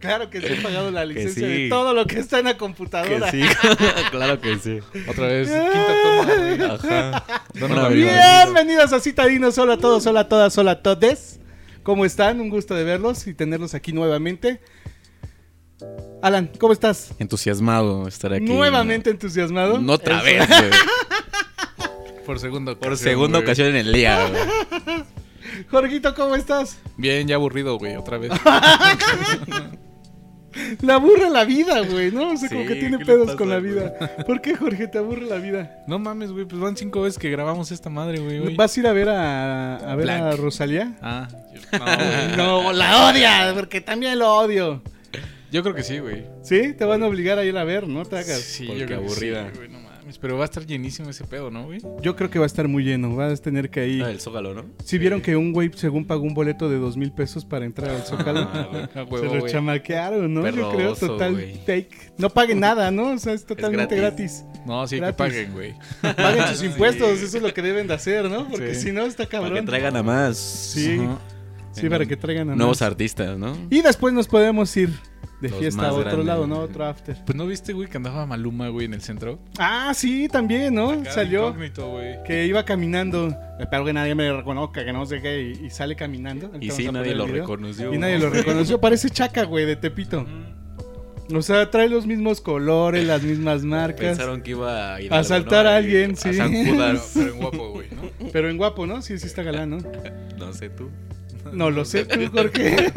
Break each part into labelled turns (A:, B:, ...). A: Claro que sí he pagado la licencia
B: sí.
A: de todo lo que está en la computadora.
B: Que sí, pues, claro que sí.
C: Otra vez, quinta toma, güey.
B: Ajá.
C: Donovan
B: Una
C: Abril.
B: vergüenza.
A: Bienvenidos a Citadinos, hola a todos, hola a todas, hola a todes. ¿Cómo están? Un gusto de verlos y tenerlos aquí nuevamente. Alan, ¿cómo estás?
B: Entusiasmado estar aquí.
A: Nuevamente entusiasmado.
B: No otra vez, güey.
C: Por segunda ocasión.
B: Por segunda
C: güey.
B: ocasión en el día, güey.
A: Jorgito, ¿cómo estás?
C: Bien, ya aburrido, güey, otra vez.
A: Le aburre la vida, güey, ¿no? O sea, como
B: Sí,
A: que tiene
B: ¿qué le
A: pedos
B: pasa,
A: con la
B: güey?
A: vida. ¿Por qué, Jorge, te aburre la vida?
C: No mames, güey, pues van cinco veces que grabamos esta madre, güey. hoy.
A: ¿Vas a ir a ver a, a, ver a
C: Black.
A: Rosalía?
C: Ah, yo- no, güey.
A: No, la odia, porque también lo odio.
C: Yo creo que sí, güey.
A: ¿Sí? Te van a obligar a ir a ver, ¿no? Te hagas.
C: Sí,
B: porque
C: yo creo que
B: aburrida.
C: sí, güey, no mames. Pero va a estar llenísimo ese pedo, ¿no, güey?
A: Yo creo que va a estar muy lleno. Vas a tener que ir.
B: Ah, el Zócalo, ¿no?
A: Si vieron que un güey según pagó un boleto de dos mil pesos para entrar al Zócalo.
B: Ah, güey.
C: A
A: Se
C: huevo,
A: lo
C: güey.
A: chamaquearon, ¿no? Yo creo
B: Perroso,
A: total
B: güey.
A: fake. No paguen nada, ¿no? O sea, es totalmente gratis.
B: gratis.
C: No, sí,
A: Gratis.
C: que paguen, güey.
A: Paguen sus impuestos, eso es lo que deben de hacer, ¿no? Porque
C: Sí.
A: si no, está
B: Para que
A: cabrón.
B: traigan a más.
A: Sí.
B: Ajá.
A: Sí, para que traigan a más.
B: Nuevos artistas, ¿no?
A: Y después nos podemos ir de
B: Los
A: fiesta
B: más
A: a otro
B: grandes.
A: lado, ¿no? Otro after.
C: Pues no viste, güey, que andaba Maluma, güey, en el centro.
A: Ah, sí, también, ¿no? Salió
C: Incógnito, güey.
A: que iba caminando. Espero que nadie me reconozca, que no sé qué, y, y sale caminando. Ahorita
B: Y sí,
A: vamos a poner
B: nadie
A: el
B: lo
A: video.
B: reconoció.
A: Y nadie lo reconoció. Parece chaca, güey, de Tepito. O sea, trae los mismos colores, las mismas marcas.
B: Pensaron que iba a
A: A asaltar a alguien, sí.
B: A San Judas.
C: Pero en guapo, güey, ¿no?
A: Pero en guapo, ¿no? Sí, sí está galán, ¿no?
B: No sé tú.
A: No lo sé tú, Jorge.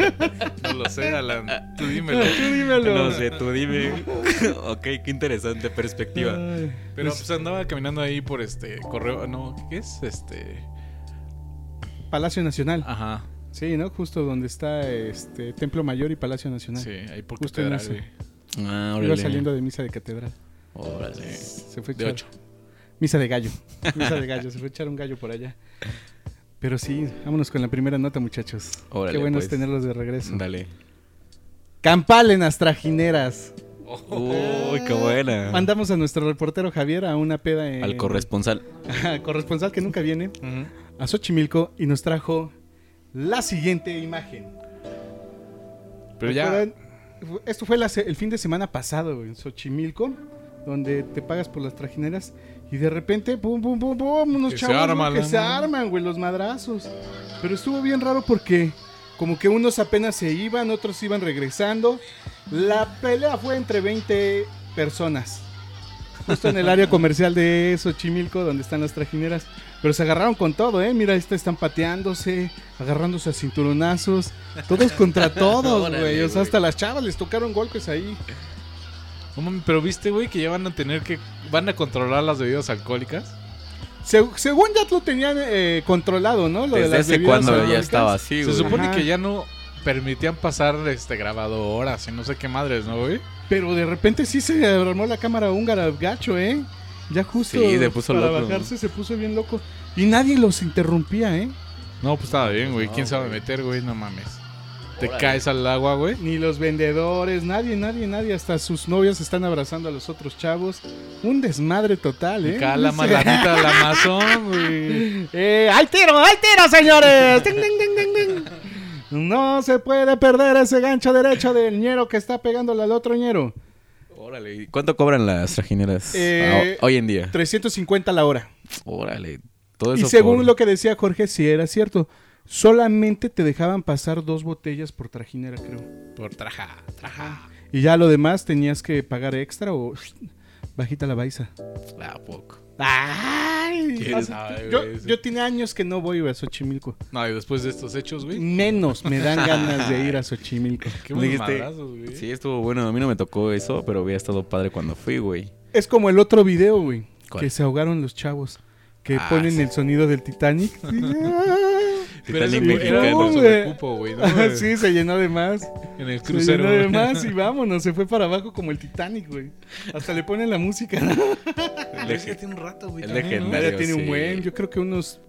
C: No lo sé, Alan. Tú dímelo.
A: tú dímelo.
B: No sé tú, dime. ok, qué interesante perspectiva.
A: Ay,
C: Pero pues andaba caminando ahí por este correo. No, ¿qué es? Este.
A: Palacio Nacional.
C: Ajá.
A: Sí, ¿no? Justo donde está este Templo Mayor y Palacio Nacional.
C: Sí, ahí por
A: Justo en
C: catedral,
A: ese.
C: güey.
B: Ah,
A: Iba saliendo de misa de catedral.
B: Órale.
A: Eh, Se fue
C: De
A: echar-
C: ocho.
A: Misa de gallo. Misa de gallo. Se fue a echar un gallo por allá. Pero sí, vámonos con la primera nota, muchachos.
B: Órale,
A: Qué bueno es
B: pues.
A: tenerlos de regreso.
B: Dale.
A: Campal en las trajineras. Oh.
B: Uy, qué buena.
A: Mandamos a nuestro reportero Javier a una peda en...
B: Ah. Al corresponsal.
A: al corresponsal que nunca viene, a Xochimilco, y nos trajo la siguiente imagen.
C: Pero ya.
A: ¿Recuerdan? Fu- Esto fue la se- el fin de semana pasado güey, en Xochimilco, donde te pagas por las trajineras y de repente, pum, pum, pum, pum, unos
C: Que se
A: chavos ¿no?
C: arma
A: que
C: la
A: se
C: madre.
A: arman, güey, los madrazos. Pero estuvo bien raro porque como que unos apenas se iban, otros iban regresando. La pelea fue entre 20 personas. Justo en el área comercial de Xochimilco, donde están las trajineras. Pero se agarraron con todo, ¿eh? Mira, ahí está- están pateándose, agarrándose a cinturonazos. Todos contra todos,
B: Órale,
A: güey. O sea,
B: güey.
A: hasta las chavas les tocaron golpes ahí.
C: No mames, pero viste, güey, que ya van a tener que. Van a controlar las bebidas alcohólicas.
A: Se- según ya lo tenían eh, controlado, ¿no? Lo de
B: Desde
A: las
B: hace
A: bebidas
B: cuando ya
A: alcohólicas.
B: estaba así,
C: Se
B: güey.
C: supone
A: Ajá.
C: que ya no permitían pasar este grabadoras y no sé qué madres, ¿no, güey?
A: Pero de repente sí se armó la cámara húngara gacho, ¿eh? Ya justo
B: Sí, se puso
A: para
B: loco.
A: bajarse se puso bien loco. Y nadie los interrumpía, ¿eh?
C: No, pues estaba bien, güey.
B: no,
C: ¿Quién se va a
B: güey.
C: meter, güey? No mames. Te
B: Órale.
C: caes al agua, güey.
A: Ni los vendedores, nadie, nadie, nadie. Hasta sus novias están abrazando a los otros chavos. Un desmadre total, ¿eh?
C: Acá la malanita del Amazon, güey.
A: Eh, ¡Hay tiro, hay tiro, señores! ¡Ting, ting, ting, ting, ting! No se puede perder ese gancho derecho del ñero que está pegándole al otro ñero.
B: Órale. ¿y ¿Cuánto cobran las trajineras
A: Eh,
B: ah, hoy en día?
A: 350 la hora.
B: Órale. Todo
A: Y
B: eso
A: según
B: por-
A: lo que decía Jorge, sí era cierto. Solamente te dejaban pasar dos botellas por trajinera, creo.
C: Por traja, traja.
A: Y ya lo demás tenías que pagar extra o bajita la baiza.
B: Ah, poco.
A: ¡Ay!
C: ¿Quién
A: Así-
C: sabe,
A: yo,
C: güey? Ese-
A: yo tenía años que no voy a Xochimilco.
C: No, y después de estos hechos, güey.
A: Menos me dan ganas de ir a Xochimilco.
C: Qué buenos
B: Dijiste-
C: madrazos, güey.
B: Sí, estuvo bueno. A mí no me tocó eso, pero había estado padre cuando fui, güey.
A: Es como el otro video, güey.
B: ¿Cuál?
A: Que se ahogaron los chavos. Que
B: Ah,
A: ponen
B: sí.
A: el sonido del Titanic.
C: Pero
B: Titanic
C: ese güey era
A: mexicano.
C: un
A: No,
C: sobrecupo, güey. ¿no?
A: Ah, sí, se llenó de más.
C: En el
A: Se
C: crucero.
A: llenó de
C: güey.
A: más y vámonos. Se fue para abajo como el Titanic, güey. Hasta le ponen la música.
C: Pero ese ya Ah, tiene un rato, güey.
B: El
C: también,
B: legendario.
A: Nadie tiene un
B: sí.
A: buen. Yo creo que unos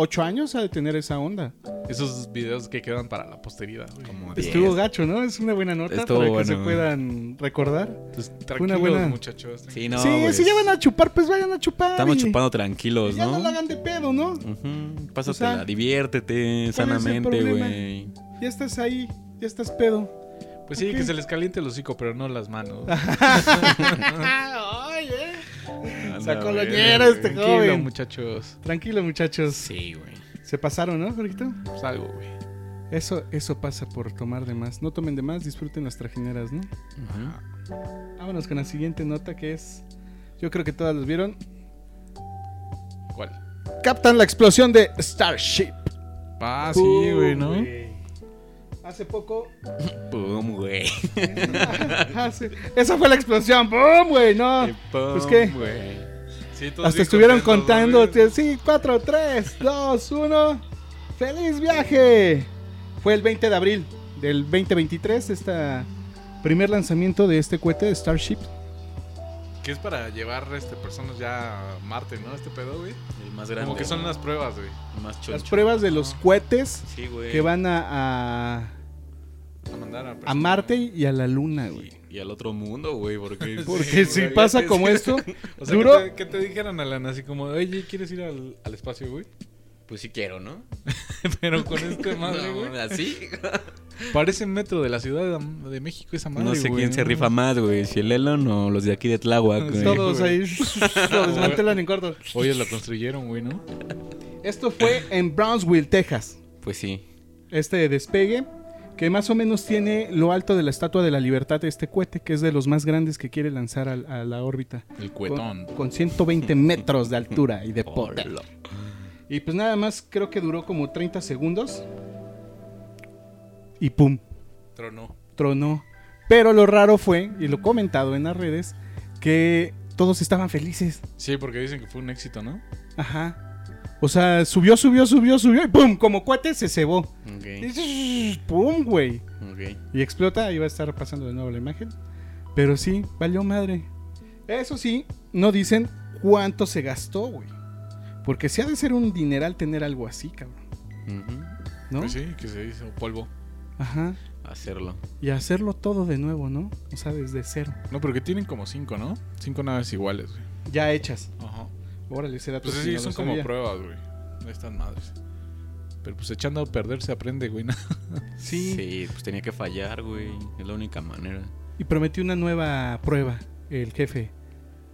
A: ocho años ha de tener esa onda.
C: ¿no? Esos videos que quedan para la posteridad, güey.
B: Como
A: Estuvo
B: 10.
A: gacho, ¿no? Es una buena nota
B: Estuvo
A: para que
B: bueno,
A: se
B: güey.
A: puedan recordar.
C: Entonces,
A: Pues, una
C: tranquilos,
A: buena-
C: muchachos.
B: Sí, no,
A: sí,
B: güey.
A: si ya van a chupar, pues vayan a chupar.
B: Estamos
A: y-
B: chupando
A: y
B: tranquilos,
A: Ya no
B: ¿no?
A: la hagan de pedo, ¿no?
B: Ujú, Pásatela,
A: O sea,
B: diviértete
A: el
B: sanamente,
A: problema?
B: güey.
A: Ya estás ahí, ya estás pedo.
C: Pues sí,
A: Ok.
C: que se les caliente el hocico, pero no las manos.
A: Ay, eh.
B: Anda,
A: Sacó
B: güey.
A: loñera este
C: Tranquilo,
A: joven.
C: muchachos.
A: Tranquilo, muchachos.
D: Sí, güey.
A: Se pasaron, ¿no, Jorgito?
C: Pues algo, güey.
A: Eso, eso pasa por tomar de más. No tomen de más, disfruten las trajineras, ¿no? Vámonos con la siguiente nota que es. Yo creo que todas las vieron.
C: ¿Cuál?
A: Captan la explosión de Starship.
C: Ah, sí, güey, ¿no?
A: Hace poco.
B: Pum, güey.
A: hace- Esa fue la explosión. ¡Bum, güey! No. Pues
B: Pum,
A: qué.
B: güey. Sí, todos
A: Hasta
B: bien
A: estuvieron
B: contentos,
A: contando.
B: güey.
A: Sí, 4, 3, 2, 1. ¡Feliz viaje! Fue el 20 de abril del 2023, este primer lanzamiento de este cohete de Starship.
C: Que es para llevar este, personas ya a Marte, ¿no? Este pedo, güey.
B: El más grande.
C: Como que son
B: ¿no?
C: las pruebas, güey.
B: El más
A: Las
B: choncho.
A: pruebas de los cohetes
B: Sí, güey.
A: que van a, a,
C: A mandar a,
A: a
C: personas.
A: Marte y a la Luna, güey.
B: Y, y al otro mundo, güey, porque...
A: Porque si
C: güey,
A: pasa
C: es-
A: como esto,
C: O sea,
A: duro.
C: Que, te, que te dijeran, Alan, así como, oye, ¿quieres ir al, al espacio, güey?
B: Pues sí quiero, ¿no?
C: Pero con este madre,
B: No,
C: güey.
B: ¿Así?
C: Parece metro de la Ciudad de, de México esa madre,
B: No sé
C: güey,
B: quién se rifa más, güey. Si el Elon o los de aquí de Tláhuac, güey.
A: todos ahí lo desmantelan en corto.
C: Oye, la construyeron, güey, ¿no?
A: Esto fue en Brownsville, Texas.
B: Pues sí.
A: Este despegue, que más o menos tiene lo alto de la Estatua de la Libertad de este cohete, que es de los más grandes que quiere lanzar al- a, la órbita.
C: El
A: Con,
C: cuetón.
A: con 120 metros de altura y de porte. Y pues nada más creo que duró como 30 segundos. Y pum,
C: Tronó.
A: tronó. Pero lo raro fue, y lo comentado en las redes, que todos estaban felices.
C: Sí, porque dicen que fue un éxito, ¿no?
A: Ajá. O sea, subió, subió, subió, subió y ¡pum! Como cuate se cebó.
B: Ok,
A: Y ¡Pum, güey!
B: ok.
A: Y explota, ahí va a estar pasando de nuevo la imagen. Pero sí, valió madre. Eso sí, no dicen cuánto se gastó, güey. Porque si ha de ser un dineral tener algo así, cabrón.
B: Ujú.
A: ¿No?
C: Pues sí, que se hizo polvo.
A: Ajá.
B: Hacerlo.
A: Y hacerlo todo de nuevo, ¿no? O sea, desde cero.
C: No, pero que tienen como cinco, ¿no? Cinco naves iguales, güey.
A: Ya hechas.
C: Ajá.
A: Órale, ese dato
C: Pues
A: sí
C: sí,
A: no lo
C: son como
A: sabía.
C: pruebas, güey. No están madres. Pero pues echando a perder se aprende, güey. ¿no?
A: Sí.
B: Sí, pues tenía que fallar, güey. Es la única manera.
A: Y prometió una nueva prueba, el jefe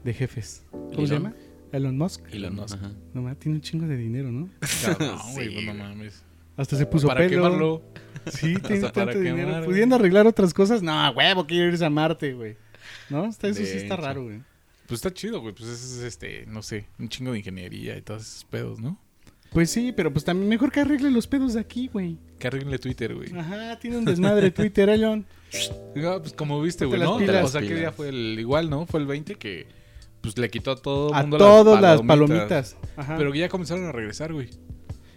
A: de jefes. ¿Cómo
B: Elon.
A: se llama? Elon Musk.
B: Y lo no. Ajá.
A: No mames, tiene un chingo de dinero, ¿no?
C: Cabrón, güey,
B: Sí,
C: pues, no
B: güey.
C: mames.
A: Hasta se
B: Pues,
A: puso
C: Para
A: pelo.
C: quemarlo.
A: Sí, tiene
C: Hasta para
A: tanto dinero.
C: quemar, güey.
A: Pudiendo arreglar otras cosas, no, a huevo, quiero irse a Marte, güey. ¿No? Hasta eso sí
B: De
A: está
B: hecho.
A: raro, güey.
C: Pues está chido, güey. Pues ese es este, no sé, un chingo de ingeniería y todos esos pedos, ¿no?
A: Pues sí, pero pues también mejor que arregle los pedos de aquí, güey.
C: Que arregle Twitter, güey.
A: Ajá, tiene un desmadre Twitter, Elon.
C: No, pues como viste,
A: Ponte
C: güey,
A: las
C: ¿no?
A: pilas.
C: O sea, ¿qué día fue el igual, no? Fue el 20 que pues le quitó a todo el
A: A
C: mundo
A: todas las palomitas. Ajá.
C: Pero que ya comenzaron a regresar, güey.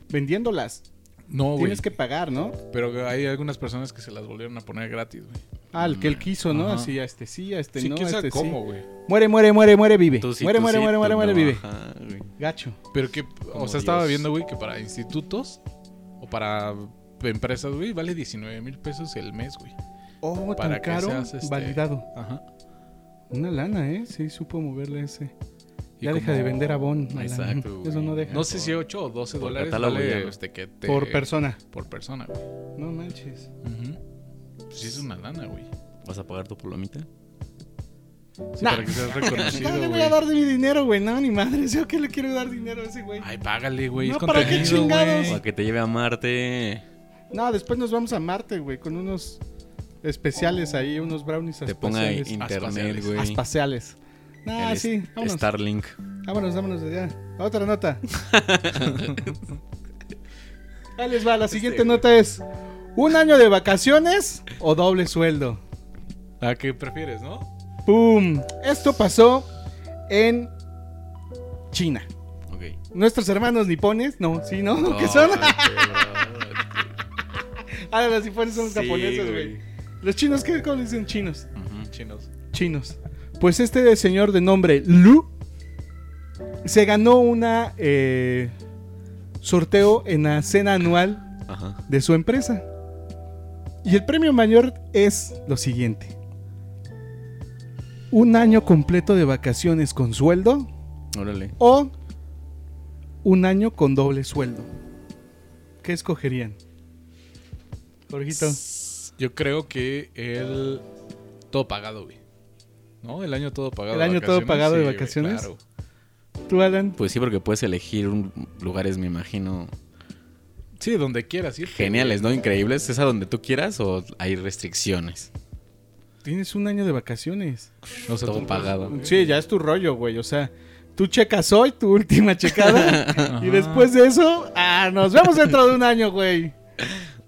A: vendiéndolas.
C: No, güey.
A: Tienes que pagar, ¿no?
C: Pero hay algunas personas que se las volvieron a poner gratis, güey.
A: Ah, el que él quiso, ¿no?
C: Mm, Ajá.
A: Así, a este sí, a este
C: Sí,
A: no, a
C: quién
A: este
C: sabe
A: sí.
C: cómo, güey.
A: Muere, muere, muere, muere, vive.
B: Tú sí,
A: muere,
B: tú
A: muere,
B: sí,
A: muere,
B: tú
A: muere,
B: no.
A: muere, vive.
B: Ajá, güey.
A: Gacho.
C: Pero que, o sea,
B: Como
C: estaba
B: Dios.
C: viendo, güey, que para institutos o para empresas, güey, vale 19 mil pesos el mes, güey.
A: Oh,
C: Para
A: tan
C: que
A: caro,
C: seas, este,
A: validado.
C: Ajá.
A: Una lana, ¿eh? Sí, supo moverle ese.
C: Y
A: Ya deja
C: como-
A: de vender a Bon. a la-
B: Exacto,
A: Eso no
B: güey.
A: deja.
C: No sé si 8 o 12
B: Por
C: dólares
B: catálogo ya,
C: vale
B: ¿no?
C: este que te-
A: Por persona.
C: Por persona, güey.
A: No manches.
C: Ujú. Pues sí es una lana, güey.
B: ¿Vas a pagar tu palomita?
C: Sí,
A: Nah.
C: Para que seas
A: No,
C: reconocido,
A: le voy
C: güey.
A: a dar de mi dinero, güey. No, ni madres. Yo que le quiero dar dinero a ese güey.
C: Ay, págale, güey.
A: No,
C: es
A: ¿para qué
C: contenido,
A: chingados?
B: Para
C: güey.
B: que te lleve a Marte.
A: No, después nos vamos a Marte, güey, con unos especiales ahí, unos brownies
B: Te ponga
A: espaciales.
B: internet,
C: Espaciales.
B: güey.
A: Aspaciales. Ah,
B: El
A: sí,
B: es-
A: vámonos.
B: Starlink.
A: Vámonos, vámonos de allá. Otra nota. Ahí les va, la siguiente
B: Este,
A: nota es: ¿un año de vacaciones o doble sueldo? Ah,
C: ¿A qué prefieres, no?
A: ¡Pum! Esto pasó en China.
B: Ok.
A: Nuestros hermanos nipones, no, sí, no, que
B: No,
A: son.
B: pero-
A: Ahora los nipones son los
B: Sí,
A: japoneses, güey. Los chinos, ¿qué cómo le dicen chinos?
B: Ujú.
C: Chinos.
A: Chinos. Pues este señor de nombre Lu se ganó una eh, sorteo en la cena anual
B: Ajá.
A: de su empresa. Y el premio mayor es lo siguiente. Un año completo de vacaciones con sueldo
B: Órale.
A: o un año con doble sueldo. ¿Qué escogerían? Jorgito.
C: Yo creo que el todo pagado, güey. ¿No? El año todo pagado.
A: El
C: de
A: año todo
C: vacaciones,
A: pagado de
C: güey,
A: vacaciones.
C: claro.
A: ¿Tú, Alan?
B: Pues sí, porque puedes elegir un- lugares, me imagino,
C: Sí, donde quieras ir.
B: geniales, ¿no? Increíbles. ¿Es a donde tú quieras o hay restricciones?
A: Tienes un año de vacaciones.
B: todo pagado.
A: Sí, ya es tu rollo, güey. O sea, tú checas hoy, tu última checada. y después de eso, ah, nos vemos dentro de un año, güey.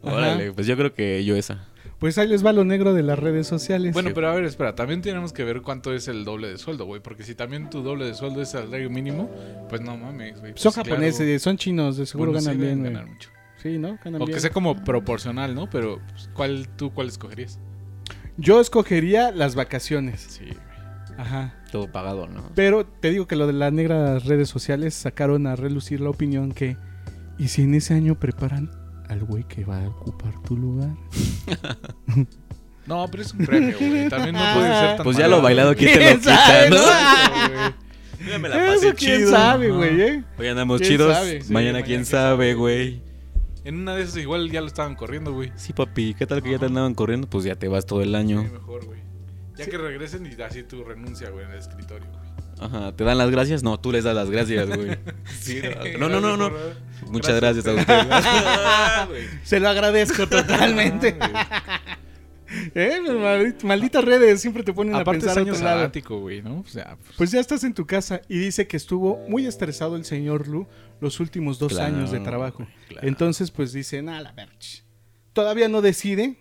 A: Ajá.
B: Órale, pues yo creo que yo esa.
A: Pues ahí les va lo negro de las redes sociales.
C: Bueno, pero a ver, espera, también tenemos que ver cuánto es el doble de sueldo, güey, porque si también tu doble de sueldo es salario mínimo, pues no mames,
A: son
C: güey. pues claro,
A: japoneses, son chinos, de seguro
C: bueno, sí
A: ganan
C: deben
A: bien, güey.
C: ganar mucho.
A: Sí, ¿no? Ganan
C: O
A: bien.
C: que sea como proporcional, ¿no? Pero pues, ¿cuál tú cuál escogerías?
A: Yo escogería las vacaciones.
C: Sí, güey.
A: Ajá.
B: Todo pagado, ¿no?
A: Pero te digo que lo de las negras redes sociales sacaron a relucir la opinión que. ¿Y si en ese año preparan al güey que va a ocupar tu lugar?
C: No, pero es un premio, güey. También no puede ser tan
B: Pues ya
C: malo,
B: lo bailado,
C: güey.
B: ¿quién te lo
A: ¿Quién sabe,
B: quita, no?
C: Güey.
B: Ya me
A: Eso quién sabe, güey, ¿eh?
B: Hoy andamos
A: ¿Quién
B: chidos.
A: sabe? Sí,
B: mañana,
C: mañana
B: quién
C: quién
B: sabe,
C: sabe,
B: güey.
C: En una de esas igual ya lo estaban corriendo, güey.
B: Sí, papi, ¿qué tal que ya te andaban corriendo? Pues ya te vas todo el
C: Sí,
B: año.
C: mejor, güey. Ya que regresen y así tu renuncia, güey, en el escritorio, güey.
B: Ajá, ¿te dan las gracias? No, tú les das las gracias, güey. Sí, no, no, no, no.
C: Gracias
B: Muchas gracias,
C: por-
B: a ustedes.
A: Se lo agradezco totalmente. ¿Eh? Maldi- Malditas redes siempre te ponen a
C: Aparte es
A: pensar
C: año
A: otro lado.
C: sabático, güey, ¿no? O sea, pues,
A: Pues ya estás en tu casa y dice que estuvo muy estresado el señor Lu los últimos dos
B: Claro,
A: años de trabajo.
B: güey, claro.
A: Entonces, pues dicen, a la verch. Todavía no decide,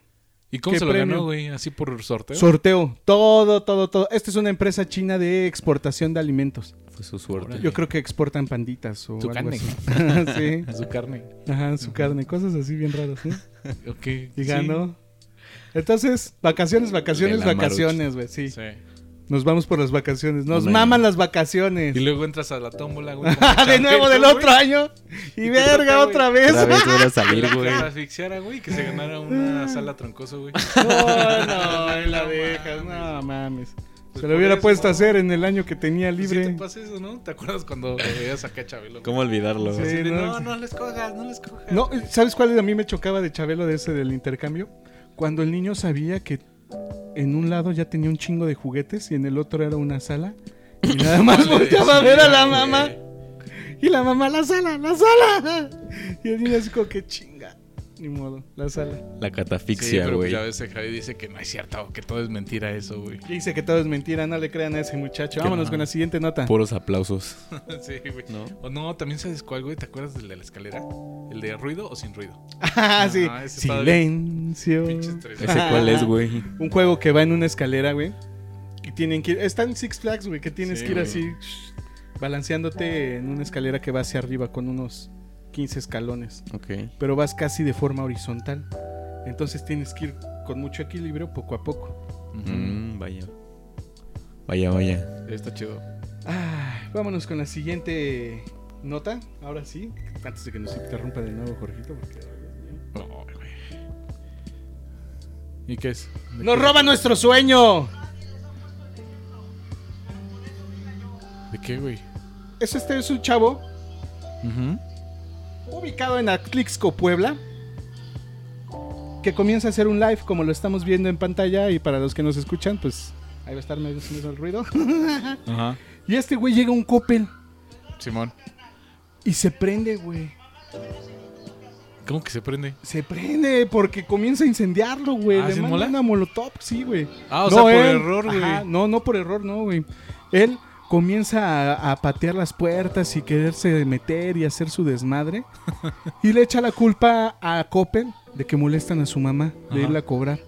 C: ¿Y cómo
A: ¿Qué
C: se lo
A: premio?
C: ganó, güey? ¿Así por sorteo?
A: Sorteo, todo, todo, todo. Esta es una empresa china de exportación de alimentos.
B: Fue su suerte.
A: Yo creo que exportan panditas o
C: Su
A: algo
C: carne.
A: así. sí,
C: su carne.
A: ajá, su carne, cosas así bien raras, ¿no?
C: Ok.
A: Y
C: sí.
A: ganó. Entonces, vacaciones, vacaciones,
B: De la
A: vacaciones, güey, sí.
C: Sí.
A: Nos vamos por las vacaciones. Nos
B: Un año.
A: maman las vacaciones. Ah,
C: Y luego entras a la tómbola, güey.
A: de nuevo del otro año. Y,
C: Y te
A: verga,
C: toca, güey.
A: otra vez.
B: Otra vez voy a
C: Que
B: salir,
C: la,
B: güey.
C: que la asfixiara, güey, que se ganara
A: Ah.
C: una sala troncoso, güey.
A: No,
C: Pues
A: no, en la
C: No
A: dejas,
C: mames.
A: no mames.
C: Pues
A: Se lo
C: por
A: hubiera
C: eso,
A: puesto a
C: ¿no?
A: hacer en el año que tenía
C: Pues
A: libre.
C: Sí te pasa eso, ¿no? ¿Te acuerdas cuando veías acá a Chabelo?
B: ¿Cómo olvidarlo?
A: Sí.
C: Así de,
A: no.
C: no, no les cojas, no les cojas.
A: No, ¿sabes cuál a mí me chocaba de Chabelo de ese del intercambio? Cuando el niño sabía que en un lado ya tenía un chingo de juguetes y en el otro era una sala. Y nada más volteaba a ver a la mamá. Y la mamá, la sala, la sala. Y el niño así como que chinga. Ni modo, la sala.
B: La
C: Sí,
B: catafixia,
C: pero pues
B: güey.
C: ya ves, el Javi dice que no es cierto, que todo es mentira eso, güey.
A: Y dice que todo es mentira, no le crean a ese muchacho.
B: Qué
A: Vámonos
B: mal.
A: con la siguiente nota.
B: Puros aplausos.
C: sí, güey.
B: ¿No?
C: O no, también sabes cuál, güey, ¿te acuerdas del de la escalera? ¿El de ruido o sin ruido?
A: Ah, sí.
C: Ah, ese estaba bien.
A: Silencio.
C: Pinches tres.
B: ¿Ese cuál es, güey?
A: Un juego que va en una escalera, güey. Y tienen que ir. Está en Six Flags, güey, que tienes
C: Sí,
A: que ir
C: güey.
A: así. shh, Balanceándote en una escalera que va hacia arriba con unos 15 escalones.
B: Ok.
A: Pero vas casi de forma horizontal. Entonces tienes que ir con mucho equilibrio poco a poco.
B: Mm, vaya. Vaya, vaya.
C: Está chido.
A: Ay, vámonos con la siguiente nota. Ahora sí. Antes de que nos interrumpa de nuevo, Jorgito. porque-
C: No, güey. ¿Y qué es? ¿De
A: ¡Nos
C: qué-
A: roba nuestro sueño!
C: ¿De qué, güey?
A: Es este es un chavo ubicado en Atlixco, Puebla, que comienza a hacer un live como lo estamos viendo en pantalla y para los que nos escuchan, pues ahí va a estar medio medio el ruido.
C: Ajá.
A: y este güey llega a un Coppel
C: Simón.
A: y se prende, güey.
C: ¿Cómo que se prende?
A: Se prende porque comienza a incendiarlo, güey.
C: Ah,
A: Le
C: ¿sí
A: manda
C: mola?
A: una molotov, sí, güey.
C: Ah, o sea, por error,
A: ajá,
C: güey.
A: No, no por error, no, güey. Él comienza a, a patear las puertas y quererse meter y hacer su desmadre. y le echa la culpa a Coppel de que molestan a su mamá de
C: Ajá.
A: irla a cobrar.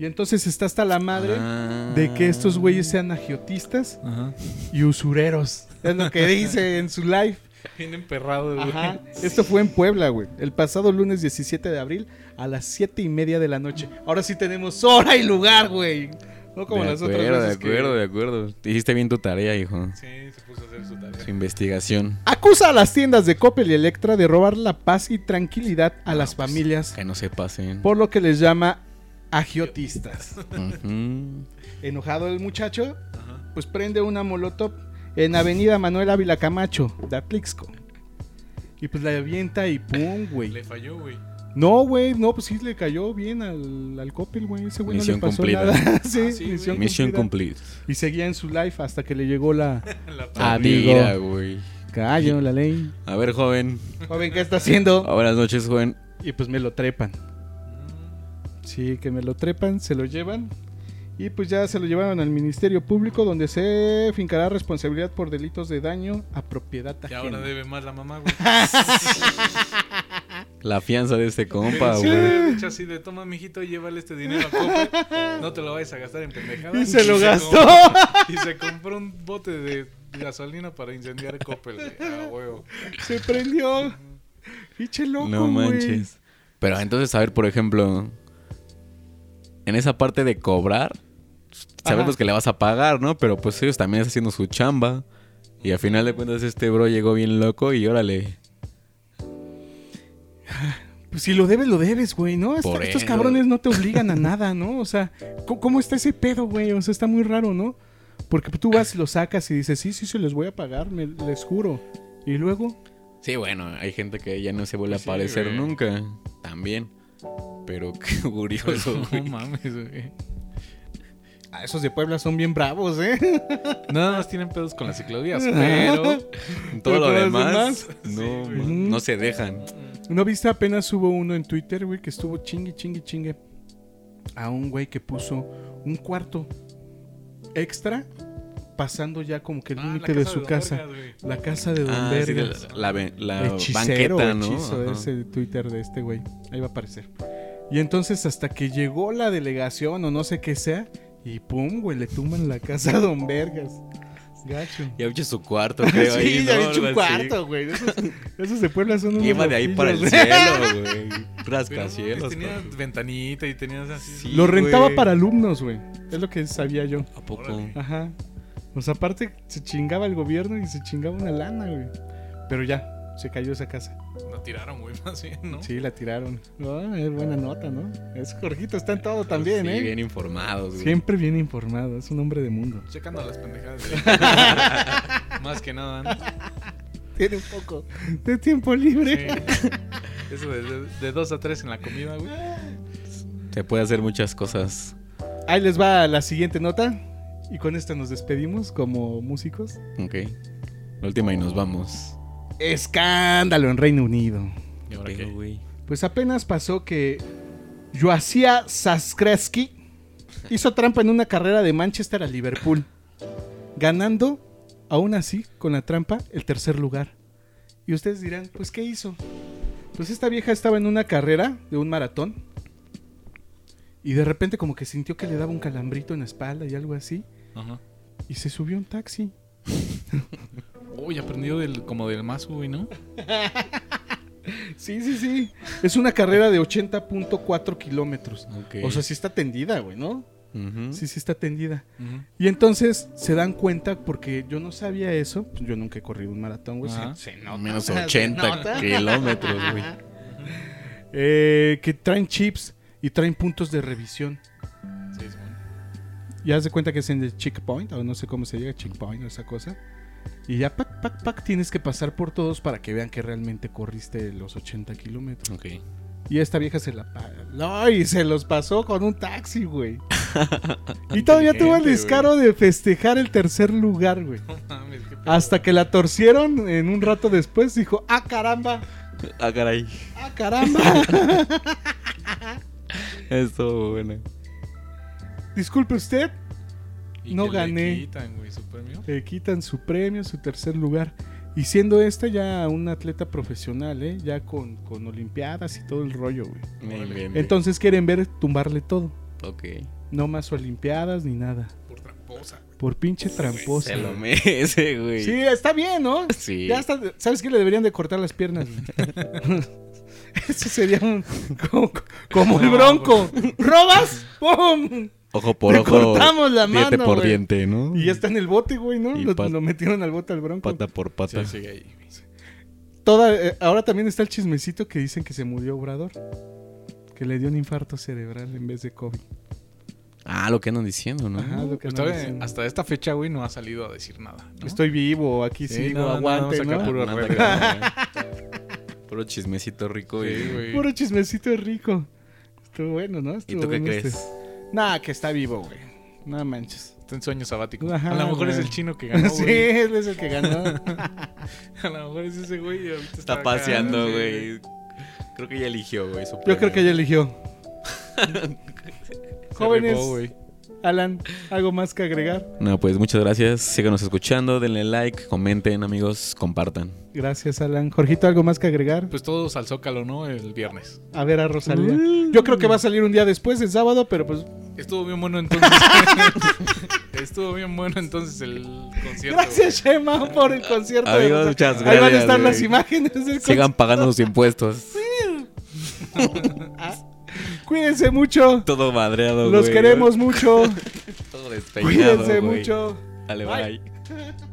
A: Y entonces está hasta la madre
C: Ah.
B: Ah.
A: de que estos güeyes sean agiotistas
C: Ajá.
A: y usureros. Es lo que dice en su live.
C: Bien emperrado, güey.
A: Ajá. Esto fue en Puebla, güey. El pasado lunes 17 de abril a las 7 y media de la noche. Ahora sí tenemos hora y lugar, güey. No como
B: de
A: las
B: acuerdo,
A: otras
B: de
A: veces. que-
B: acuerdo, de acuerdo. Hiciste bien tu tarea, hijo.
C: Sí, se puso a hacer su tarea.
B: Su investigación.
A: Acusa a las tiendas de Coppel y Electra de robar la paz y tranquilidad a las
B: pues,
A: familias,
B: Que no se pasen.
A: por lo que les llama agiotistas.
B: Ujú.
A: Enojado el muchacho,
C: Ajá.
A: pues prende una molotov en Avenida Manuel Ávila Camacho, de Atlixco. Y pues la avienta y pum, güey.
C: Le falló, güey.
A: No, güey, no, pues sí le cayó bien al, al Coppel, güey. Ese güey no le
B: Misión
A: pasó
B: cumplida.
A: nada. sí,
C: Ah, sí, güey.
A: misión
B: Mission
A: cumplida.
B: complete.
A: Y seguía en su live hasta que le llegó la.
C: La
A: Ah, Amigo.
B: Mira, güey.
A: Callo, la ley.
B: A ver, joven.
A: Joven, ¿qué está haciendo?
B: Ah, Buenas noches, joven.
A: Y pues me lo trepan. Sí, que me lo trepan, se lo llevan. Y pues ya se lo llevaron al Ministerio Público, donde se fincará responsabilidad por delitos de daño a propiedad
C: Y
A: ajena.
C: ahora debe más la mamá, güey.
B: La fianza de este compa,
A: Sí.
B: güey.
C: Le echa "Ah, así de toma, mijito, llévale este dinero a Coppel. No te lo vayas a gastar en pendejadas.
A: Y se lo gastó.
C: compró- y se compró un bote de gasolina para incendiar Coppel, güey. Ah, huevo.
A: Se prendió. Pinche loco,
B: No
A: güey.
B: manches. Pero entonces, a ver, por ejemplo, en esa parte de cobrar, sabemos
A: Ajá.
B: que le vas a pagar, ¿no? Pero pues ellos también están haciendo su chamba. Y al final de cuentas, este bro llegó bien loco y órale.
A: Pues si lo debes, lo debes, güey, ¿no? Esta-
B: Por
A: estos
B: eso.
A: cabrones no te obligan a nada, ¿no? O sea, ¿cómo- ¿cómo está ese pedo, güey? O sea, está muy raro, ¿no? Porque tú vas, lo sacas y dices, sí, sí, se los voy a pagar, me, les juro. Y luego,
B: Sí, bueno, hay gente que ya no se vuelve a
C: Sí,
B: aparecer
C: güey.
B: nunca. También. Pero qué
A: Pues,
B: curioso,
C: No
B: güey.
C: mames, güey.
A: ah, esos de Puebla son bien bravos, ¿eh?
C: Nada más tienen pedos con las ciclovías, pero. ah,
B: Todo lo
A: Pero los
B: demás,
A: demás,
B: no,
C: sí,
A: güey.
B: man, no se dejan.
A: ¿No viste? Apenas hubo uno en Twitter, güey, que estuvo chingue, chingue, chingue. A un güey que puso un cuarto extra, pasando ya como que el
C: Ah, la
A: límite de
C: casa
A: su
C: Don
A: casa.
C: Vergas, güey.
A: La casa de Don
B: Ah, sí, de
A: Vergas.
B: la, la- la
A: hechicero,
B: banqueta, ¿no?
A: hechizo
B: Ajá.
A: es el Twitter de este güey. Ahí va a aparecer. Y entonces hasta que llegó la delegación o no sé qué sea, y pum, güey, le tumban la casa a Don Vergas. Gacho.
B: Ya hecho su cuarto, creo. ahí,
A: sí, ya
B: ¿no?
A: había hecho un
B: Algo así.
A: cuarto, güey. Esos, esos de Puebla son unos
B: Lleva de ahí para el
A: loquillos,
B: cielo, güey.
C: Pero no, pues,
B: Rascacielos.
C: Tenías ventanita y tenías así.
B: Sí.
A: güey. Lo rentaba
B: güey.
A: para alumnos, güey. Es lo que sabía yo.
B: ¿A poco?
C: Órale.
A: Ajá. Pues aparte se chingaba el gobierno y se chingaba una lana, güey. Pero ya, se cayó esa casa.
C: La tiraron, güey, más bien, ¿no?
A: Sí, la tiraron. No, es buena nota, ¿no? Es Jorgito, está en todo también,
B: Ah. sí,
A: ¿eh?
B: bien informados, güey.
A: Siempre bien informado, es un hombre de mundo.
C: Checando las pendejadas. güey. más que nada, ¿no?
A: Tiene un poco de tiempo libre.
C: Eso de, de, de dos a tres en la comida, güey.
B: Se puede hacer muchas cosas.
A: Ahí les va la siguiente nota. Y con esta nos despedimos como músicos.
B: Ok. La última y nos vamos.
A: Escándalo en Reino Unido.
C: ¿Y ahora
B: Ok,
C: qué?
B: güey.
A: Pues apenas pasó que Joasia Saskreski hizo trampa en una carrera de Manchester a Liverpool, ganando, aún así, con la trampa, el tercer lugar. Y ustedes dirán, pues, ¿qué hizo? Pues esta vieja estaba en una carrera de un maratón y de repente como que sintió que le daba un calambrito en la espalda y algo así
C: Ajá.
A: y se subió a un taxi.
C: Uy, aprendió del, como del mazo, güey, ¿no?
A: Sí, sí, sí. Es una carrera de 80.4 kilómetros.
B: Ok.
A: O sea, sí está tendida, güey, ¿no?
B: Ujú.
A: Sí, sí está tendida. Y entonces se dan cuenta, porque yo no sabía eso, pues yo nunca he corrido un maratón, güey.
C: Ajá.
A: se- se nota.
B: Menos
A: se
B: 80
A: nota.
B: kilómetros, güey.
A: Eh, que traen chips y traen puntos de revisión.
C: Sí, es bueno.
A: Y haz de cuenta que es en el checkpoint, o no sé cómo se llega, checkpoint o esa cosa. Y ya, pac, pac, pac, tienes que pasar por todos para que vean que realmente corriste los 80 kilómetros.
B: Ok.
A: Y esta vieja se la paga. No, y se los pasó con un taxi, güey. y todavía tuvo el
C: Inteligente,
A: descaro de festejar el tercer lugar, güey.
C: No mames, qué pedo.
A: Hasta que la torcieron en un rato después, dijo, ah, caramba,
B: Ah, caray.
A: ah, caramba.
B: Esto, bueno.
A: Disculpe usted,
C: Y
A: no
C: que le
A: gané.
C: quitan, güey, su premio.
A: le quitan su premio, su tercer lugar. Y siendo esta ya un atleta profesional, ¿eh? ya con, con Olimpiadas y todo el rollo, güey.
B: Bien,
C: Órale.
B: bien, bien.
A: Entonces quieren ver tumbarle todo.
B: Ok.
A: No más Olimpiadas ni nada.
C: Por tramposa.
A: Por pinche tramposa.
B: Se lo merece, güey.
A: Sí, está bien, ¿no?
B: Sí.
A: Ya está, ¿sabes qué? Le deberían de cortar las piernas. güey. Eso sería un- como, como el
C: No,
A: bronco. ¿Robas? ¡Pum!
B: Ojo por
A: Le
B: ojo.
A: cortamos la
B: diente
A: mano,
B: por
A: güey.
B: diente, ¿no?
A: Y ya está en el bote, güey, ¿no?
B: Y
A: Lo,
B: pat-
A: lo metieron al bote al bronco.
B: Pata por pata.
C: Sí, sigue ahí. güey.
A: Toda, eh, ahora también está el chismecito que dicen que se murió Obrador. Que le dio un infarto cerebral en vez de COVID.
B: Ah, lo que andan diciendo, ¿no?
A: Ajá, lo que andan
C: Pues todavía
A: diciendo.
C: hasta esta fecha, güey, no ha salido a decir nada. ¿no?
A: Estoy vivo, aquí
C: Sí,
A: sigo,
C: no, no,
A: aguante,
C: no, saca
A: ¿no?
C: puro
B: Nada,
C: arreglo.
B: nada. Puro chismecito rico
C: Sí,
B: y...
C: güey.
A: Puro chismecito rico. Estuvo bueno, ¿no?
B: ¿Y
A: Estuvo
B: tú qué
A: bueno
B: crees?
A: este. Nah, que está vivo, güey. No manches.
C: Está en sueño sabático.
A: Ajá,
C: a lo mejor
A: güey.
C: es el chino que ganó,
A: sí,
C: güey.
A: él es el que ganó.
C: A lo mejor es ese güey y ahorita
B: Está
C: acá,
B: paseando,
C: sí,
B: güey. Creo que ya eligió, güey. su
A: Yo creo
B: premio.
A: que ya eligió.
C: Se
A: Jóvenes.
C: rifó, güey.
A: Alan, ¿algo más que agregar?
B: No, pues muchas gracias. Síganos escuchando, denle like, comenten, amigos, compartan.
A: Gracias, Alan. Jorgito, ¿algo más que agregar?
C: Pues todos al Zócalo, ¿no? El viernes.
A: A ver a Rosalía.
C: Mm.
A: Yo creo que va a salir un día después, el sábado, pero pues
C: Estuvo bien bueno entonces. Estuvo bien bueno entonces el concierto.
A: Gracias, Shema, por el concierto. de
B: Amigos,
A: Rosalía.
B: muchas gracias.
A: Ahí van a estar
B: güey.
A: las imágenes del
B: Sigan pagando sus impuestos.
A: concierto. Cuídense mucho.
B: Todo madreado,
A: Los
B: güey.
A: queremos mucho.
B: Todo despeinado,
A: Cuídense
B: güey.
A: mucho.
B: Dale,
A: Bye.
B: bye.